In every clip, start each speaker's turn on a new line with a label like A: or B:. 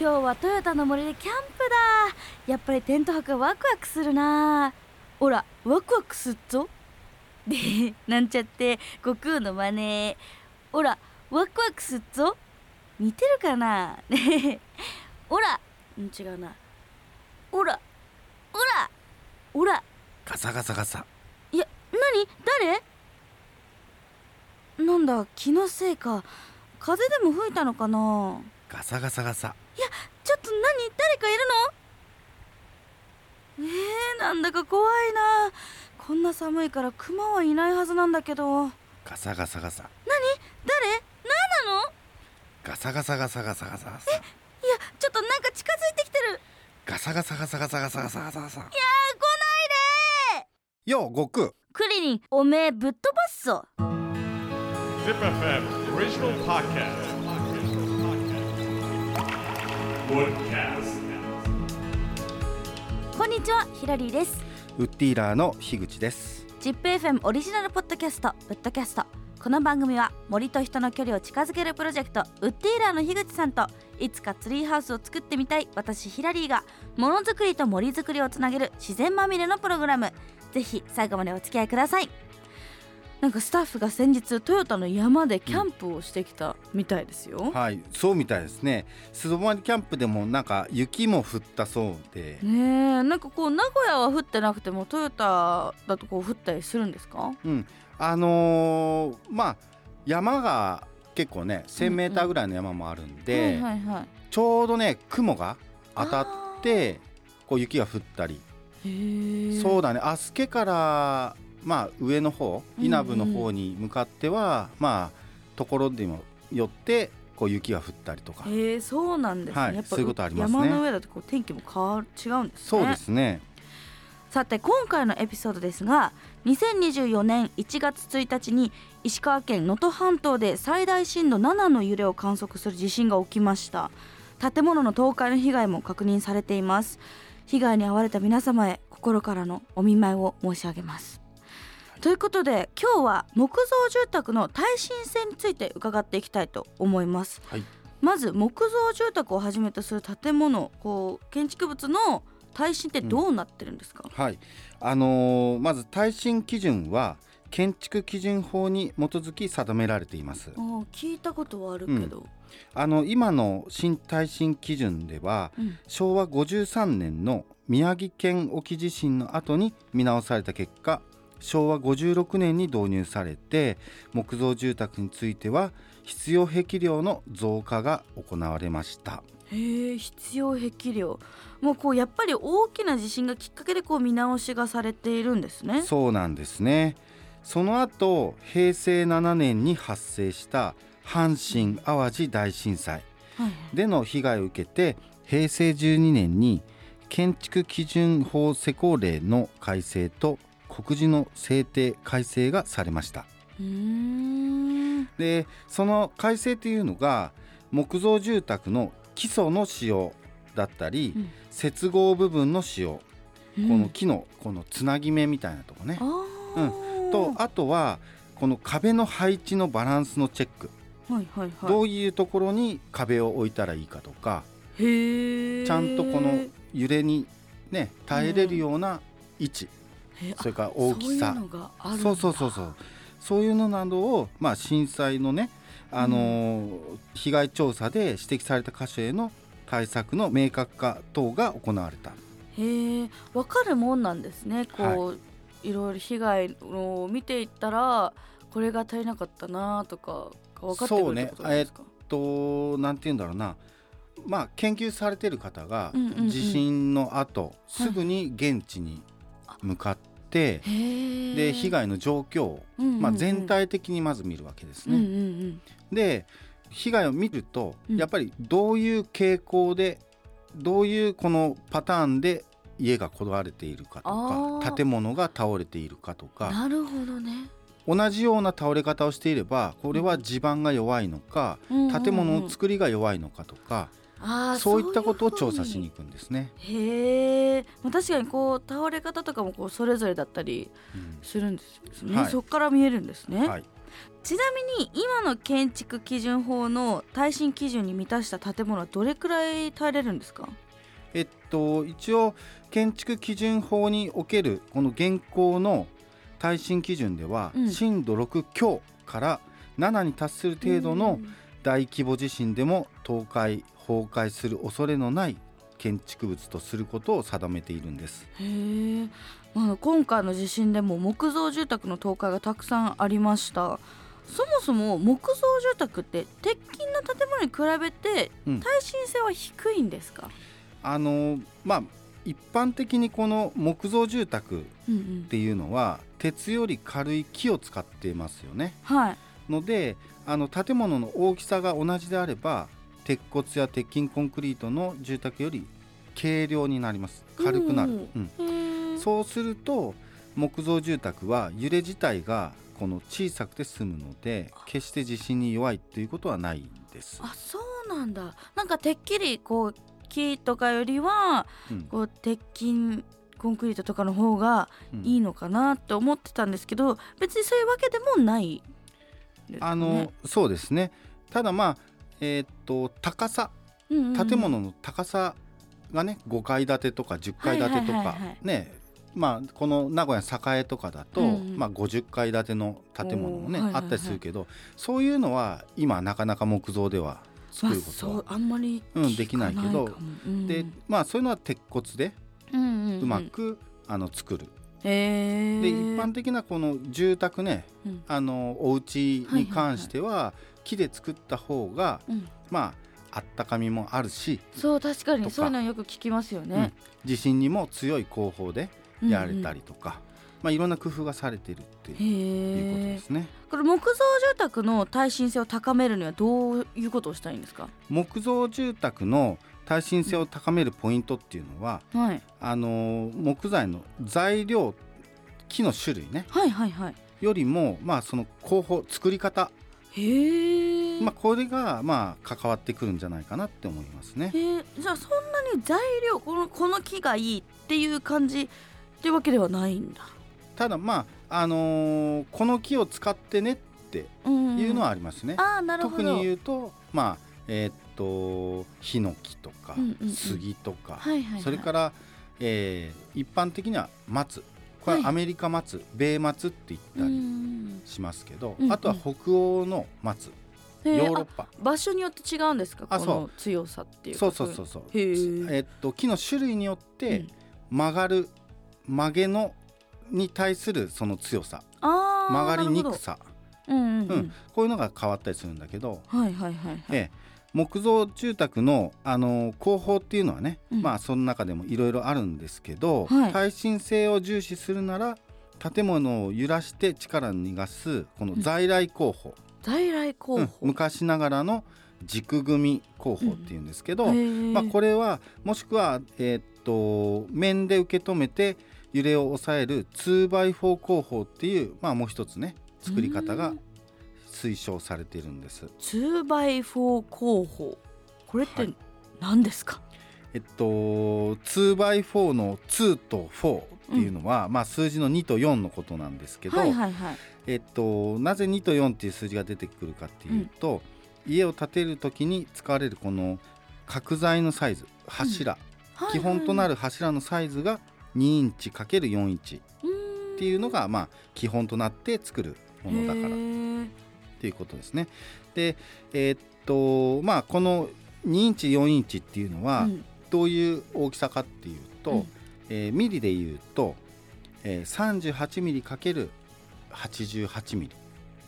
A: 今日はトヨタの森でキャンプだやっぱりテント泊ワクワクするなほらワクワクすっぞでなんちゃって悟空の真似ほらワクワクすっぞ似てるかな ほらうん違うなほらほらほら
B: ガサガサガサ
A: いや何誰なんだ気のせいか風でも吹いたのかな
B: ガサガサガサ
A: ちょっと何誰かいるのえー、なんだか怖いなこんな寒いからクマはいないはずなんだけど
B: ガサガサガサ
A: 誰何なの
B: ガサガサガサガサガサガサ
A: いやちょっとなんか近づいてきてる
B: ガサガサガサガサガサガサガサガサ
A: あー来ないで
B: よう悟空
A: クリリンおめえぶっ飛ばすぞ
C: Zip FM original podcast. Woodcast.
A: こんにちはヒラリーです
B: ウッディーラーの樋口です
A: ジップ FM オリジナルポッドキャスト「ウッドキャスト」この番組は森と人の距離を近づけるプロジェクトウッディーラーの樋口さんといつかツリーハウスを作ってみたい私ヒラリーがものづくりと森づくりをつなげる自然まみれのプログラムぜひ最後までお付き合いくださいなんかスタッフが先日トヨタの山でキャンプをしてきたみたいですよ、
B: はいそうみたいですね素泊まりキャンプでもなんか雪も降ったそうで
A: ねえなんかこう名古屋は降ってなくてもトヨタだとこう降ったりするんですか
B: うんあのーまあ山が結構ね1 0 0 0ーぐらいの山もあるんで、
A: はいはいはい
B: ちょうどね雲が当たってこう雪が降ったりそう
A: う
B: だねアスケからまあ上の方
A: うんうん
B: 稲部の方に向かっては、まあところにもよってこう雪が降ったりとか、
A: へえそうなんですね、
B: はい
A: やっぱ
B: そういうことありますね
A: 山の上だとこう天気も変わる違うんですね
B: そうですね
A: さて今回のエピソードですが2024年1月1日に石川県能登半島で最大震度7の揺れを観測する地震が起きました建物の倒壊の被害も確認されています被害に遭われた皆様へ心からのお見舞いを申し上げますということで今日は木造住宅の耐震性について伺っていきたいと思います、
B: はい
A: まず木造住宅をはじめとする建物こう建築物の耐震ってどうなってるんですか、
B: はいあのーまず耐震基準は建築基準法に基づき定められています
A: あー聞いたことはあるけど、
B: あの今の新耐震基準では
A: うん
B: 昭和53年の宮城県沖地震の後に見直された結果昭和56年に導入されて木造住宅については必要壁量の増加が行われました
A: へえ必要壁量もうこうやっぱり大きな地震がきっかけでこう見直しがされているんですね
B: そうなんですねその後平成7年に発生した阪神・淡路大震災
A: はい
B: での被害を受けて平成12年に建築基準法施行令の改正と告示の制定改正がされました
A: うーん
B: でその改正というのが木造住宅の基礎の使用だったり、
A: うん
B: 接合部分の使用、
A: うん
B: この木のこのつなぎ目みたいなとこね
A: あー
B: とあとはこの壁の配置のバランスのチェック、
A: はいはいはい
B: どういうところに壁を置いたらいいかとか、
A: へえ
B: ちゃんとこの揺れにね耐えれるような位置、それから大きさ
A: そういうのがあるんだ
B: そうそうそうそうそういうのなどを、まあ、震災のね、あのー被害調査で指摘された箇所への対策の明確化等が行われた
A: へえわかるもんなんですねこう、い、ろいろ被害を見ていったらこれが足りなかったなとかが分かってくるってことなんですか
B: となんて言うんだろうなまあ研究されてる方が
A: うんうんうん
B: 地震の後、すぐに現地に向かっ
A: へ
B: て、
A: え
B: で被害の状況を、
A: うんうんうん
B: まあ、全体的にまず見るわけですね。
A: うんうんうん
B: で被害を見ると、
A: うん
B: やっぱりどういう傾向でどういうこのパターンで家が壊れているか
A: あ
B: とか
A: ー
B: 建物が倒れているかとか
A: なるほどね、
B: 同じような倒れ方をしていればこれは地盤が弱いのか建物の
A: く
B: 作りが弱いのかとか、そういったことを調査しに行くんですね。
A: へえ、まあ、確かにこう倒れ方とかもこうそれぞれだったり
B: うん
A: するんですよね、
B: はい
A: そこから見えるんですね、
B: はい
A: ちなみに今の建築基準法の耐震基準に満たした建物はどれくらい耐えれるんですか
B: えっと一応建築基準法におけるこの現行の耐震基準では、
A: うん
B: 震度6強から7に達する程度の大規模地震でも倒壊崩壊する恐れのない建築物とすることを定めているんです。
A: へえ、まあ、今回の地震でも木造住宅の倒壊がたくさんありましたそもそも木造住宅って鉄筋の建物に比べて
B: うん
A: 耐震性は低いんですか、
B: あのまあ一般的にこの木造住宅っ
A: うんうん
B: ていうのは鉄より軽い木を使ってますよね。
A: はい
B: のであの建物の大きさが同じであれば鉄骨や鉄筋コンクリートの住宅より軽量になります軽くな
A: う
B: る
A: ん、
B: うん、
A: へー
B: そうすると木造住宅は揺れ自体がこの小さくて済むので決して地震に弱いということはないんです、
A: あそうなんだなんかてっきりこう木とかよりは
B: うん
A: こう鉄筋コンクリートとかの方が
B: うん
A: いいのかなって思ってたんですけど別にそういうわけでもないですね
B: あのそうですねただまあえーっと高さ
A: うんうんうん
B: 建物の高さがね5階建てとか10階建てと
A: はいはい
B: か
A: はいはい
B: ねまあこの名古屋栄とかだと、
A: うんうん
B: まあ、50階建ての建物もね、
A: おーはいはいはい
B: あったりするけどそういうのは今なかなか木造では作るこ
A: まあ、
B: と
A: そ
B: は
A: う、あんまり
B: うんできないけど
A: 聞かないかもうん
B: でまあそういうのは鉄骨で
A: うんうんうん
B: うまく、あの作る
A: へえ
B: で一般的なこの住宅ね、
A: うん
B: あのお家に関しては,、木で作った方が
A: うん
B: まああったかみもあるし
A: そう確か
B: と
A: に
B: か
A: そういうのよく聞きますよね、
B: 地震にも強い工法で
A: うん
B: やれたりとか、まあ、いろんな工夫がされているって
A: うん
B: いうこと
A: へ
B: で
A: え
B: すね。
A: これ木造住宅の耐震性を高めるにはどういうことをしたいんですか
B: 木造住宅の耐震性を高めるポイントっていうのは、
A: はい
B: あの木材の材料木の種類ね
A: はいはいはい
B: よりも、まあ、その工法作り方、
A: へえ、
B: まあ、これが、まあ、関わってくるんじゃないかなって思いますね。
A: へえじゃあそんなに材料このこの木がいいっていう感じってわけではないんだ、
B: ただまあ、あのーこの木を使ってねって
A: うんん
B: いうのはありますね。
A: ああなるほ
B: 特
A: ど
B: に言うとまあえーっとヒノキとか、
A: うんうんうん
B: 杉とか、
A: はいはいはい、
B: それから、えー一般的には松これ
A: はい
B: はアメリカ松、米松って言った
A: うんう
B: り
A: ん
B: しますけど、
A: うんうん
B: あとは北欧の松、
A: うんへえ
B: ヨーロッパ
A: 場所によって違うんですか
B: あ
A: こ
B: そ
A: の強さっていうか
B: そうそうそうそう、
A: へ
B: え
A: ー
B: ーっと木の種類によっ
A: う
B: て
A: ん
B: 曲がる曲げのに対するその強さ
A: あー
B: 曲がりにくさ、
A: なるほどうんうん、う
B: うんん、こういうのが変わったりするんだけど、
A: はいはいはいはい、
B: ええ木造住宅の、あの工法っていうのはね、
A: うん
B: まあその中でもいろいろあるんですけど、
A: はい
B: 耐震性を重視するなら建物を揺らして力を逃がすこの在来工法、
A: 在来
B: う
A: 候
B: ん
A: 補、
B: 昔ながらの軸組み工法っていうんですけど、ま
A: ま
B: あ、これはもしくは、えーっと面で受け止めて揺れを抑える 2x4 工法っていう、まあ、もう一つね作り方が推奨されているんです。
A: 2x4 候補これっ
B: は
A: て
B: い
A: 何ですか、
B: えっと 2x4 の2と4っていうのは、まあ、数字の2と4のことなんですけど、
A: はいはいはい
B: えっと、なぜ2と4っていう数字が出てくるかっていうと、家を建てる時に使われるこの角材のサイズ柱、基本とな
A: る
B: る柱のサイズが2インチ ×4 インチっていうのが、まあ、基本となって作るものだからっていうことですね。でえっとまあこの2インチ4インチっていうのは、
A: うん
B: どういう大きさかっていうと、
A: うん
B: えーミリでいうと、えー、38ミリかける88ミ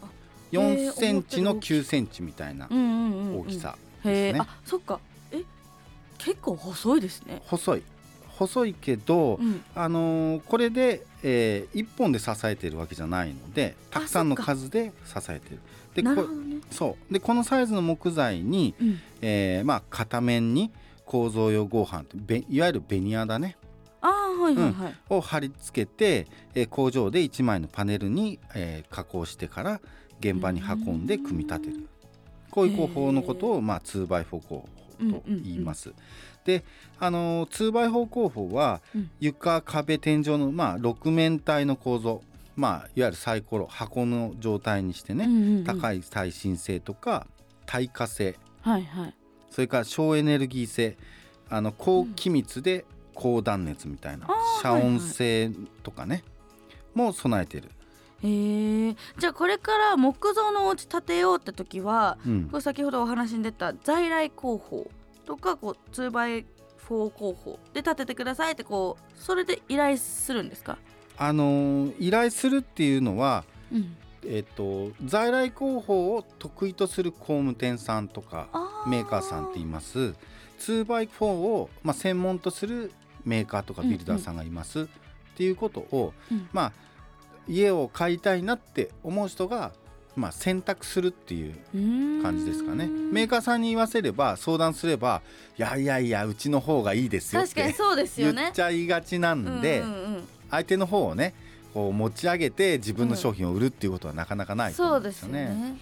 A: あ
B: リ
A: へー
B: 4セ
A: 思
B: ン
A: って
B: チ
A: る
B: の
A: 大きさ
B: 9センチみたいな
A: うんうんうんうん
B: 大きさ
A: へ
B: で
A: え、
B: すね。
A: あそっかえ結構細いですね、
B: 細い細いけど、
A: うん、
B: あのーこれで、え1本で支えてるわけじゃないのでたくさんの数で支えてる。で
A: なるほ
B: こ
A: どね、
B: そうでこのサイズの木材に、
A: うん、
B: えーまあ、片面に構造用合板べいわゆるベニヤだね
A: あーはいはいはい、
B: を貼り付けて、えー工場で1枚のパネルに、えー加工してから現場に運んで組み立てる、こういう工法のことを、まあ、2x4 工法と言います。で、あのー、2x4 工法は
A: うん
B: 床壁天井の、まあ、6面体の構造まあ、いわゆるサイコロ箱の状態にしてね、
A: い
B: 高い耐震性とか耐火性
A: はいはい
B: それから省エネルギー性あの高気密で高断熱みたいな、
A: あー
B: 遮音性とかね、も備えてる、
A: へえじゃあこれから木造のお家建てようって時は
B: うん
A: こ、れ先ほどお話に出た在来工法とかこう 2x4 工法で建ててくださいってこうそれで依頼するんですか、
B: あのー依頼するっていうのは、
A: うん、
B: えっと在来工法を得意とする工務店さんとか
A: あ
B: メーカーさんっています 2x4 を、まあ、専門とするメーカーとかビルダーさんがいます、っていうことを、
A: うん
B: まあ家を買いたいなって思う人が、まあ、選択するっていう感
A: 感
B: じですかねメーカーさんに言わせれば相談すれば「いやいやいやうちの方がいいですよ」っ
A: 確かに
B: て
A: そうですよ
B: 言
A: ね
B: っちゃいがちなんで、
A: うんうんうん
B: 相手の方をねこう持ち上げて自分の商品を売るっていうことはなかなかないと思
A: そううんですよね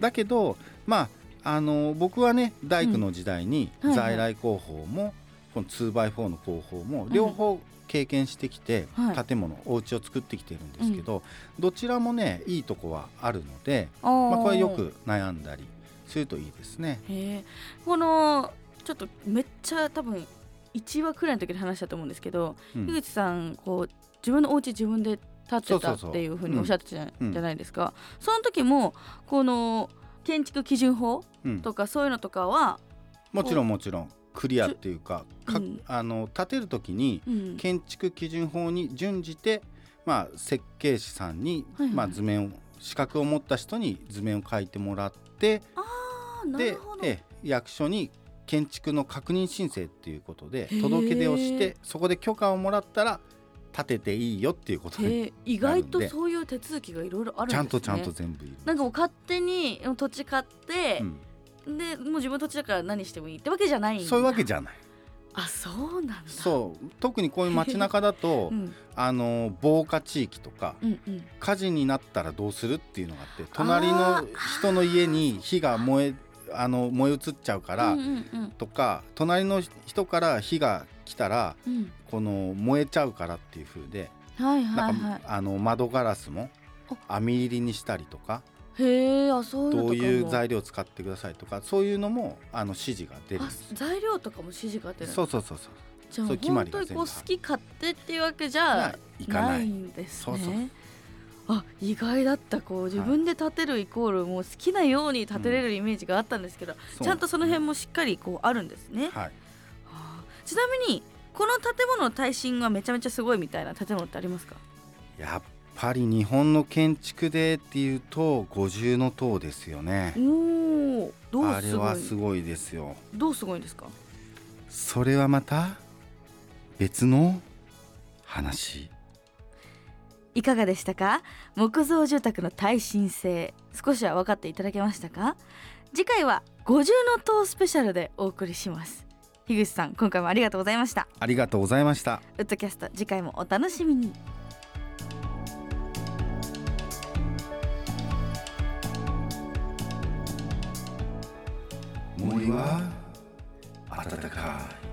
B: だけどまああの僕はね大工の時代に
A: うんはいはい
B: 在来工法も、この 2x4 の工法も両方経験してきて、
A: はい
B: 建物お家を作ってきてるんですけど、どちらもねいいとこはあるので、
A: ま
B: まあ、これよく悩んだりするといいですね。
A: へえこのちょっとめっちゃ多分1話くらいの時に話したと思うんですけど、
B: うん
A: 樋口さんこう自分のお家自分で建てたっていうふうにおっしゃってたじゃ,、
B: うん
A: じゃないですかその時もこの建築基準法
B: うん
A: とかそういうのとかは、
B: もちろんもちろんクリアっていうかか
A: うん
B: あの建てる時に
A: うん
B: 建築基準法に準じて、まあ、設計士さんに、
A: はいはい
B: まあ、図面を資格を持った人に図面を書いてもらって
A: あーな
B: で
A: るほど
B: ええ役所に建築の確認申請っていうことで
A: へえ
B: 届け出をしてそこで許可をもらったら建てていいよっていうことで、
A: へえ意外とそういう手続きがいろいろあるんです、ね、
B: ちゃんとちゃんと全部いる。
A: なんかもう勝手に土地買って
B: う、ん
A: でもう自分の土地だから何してもいいってわけじゃないんだ
B: そういうわけじゃない。
A: あそうなんだ
B: そう、特にこういう街中 だと、
A: ん
B: あの防火地域とか、
A: うんうん
B: 火事になったらどうするっていうのがあって隣の人の家に火が燃えあの燃え移っちゃうから、
A: うんうんうん
B: とか隣の人から火が来たら
A: うん
B: この燃えちゃうからっていう風で
A: はいは
B: ないんか、
A: はい
B: あの窓ガラスも網入りにしたりとか
A: へえあそういうのとかも
B: どういう材料使ってくださいとかそういうのもあの指示が出るん
A: あ
B: です。
A: 材料とかも指示が出る
B: そうそうそうそう。
A: じゃあ
B: そういう決ま
A: 本
B: り
A: 当
B: が
A: に
B: 全部
A: こう好き勝手っていうわけじゃ
B: いいか
A: な
B: ないい。
A: んです
B: そうそう
A: ね。あ意外だったこう自分で建てるイコールもう好きなように建てれるイメージがあったんですけど、
B: そう
A: ちゃんとその辺もしっかりこうあるんですね。
B: はい。
A: はあちなみにこの建物の耐震がめちゃめちゃすごいみたいな建物ってありますか？
B: やっぱり日本の建築でっていうと五重の塔ですよね。
A: おおど
B: あ
A: う
B: れ
A: すご
B: はいすごいですよ
A: どうすごいんですか？
B: それはまた別の話
A: いかがでしたか木造住宅の耐震性少しは分かっていただけましたか次回は五重の塔スペシャルでお送りします樋口さん今回もありがとうございました
B: ありがとうございました
A: ウッドキャスト次回もお楽しみに
B: 森は暖かい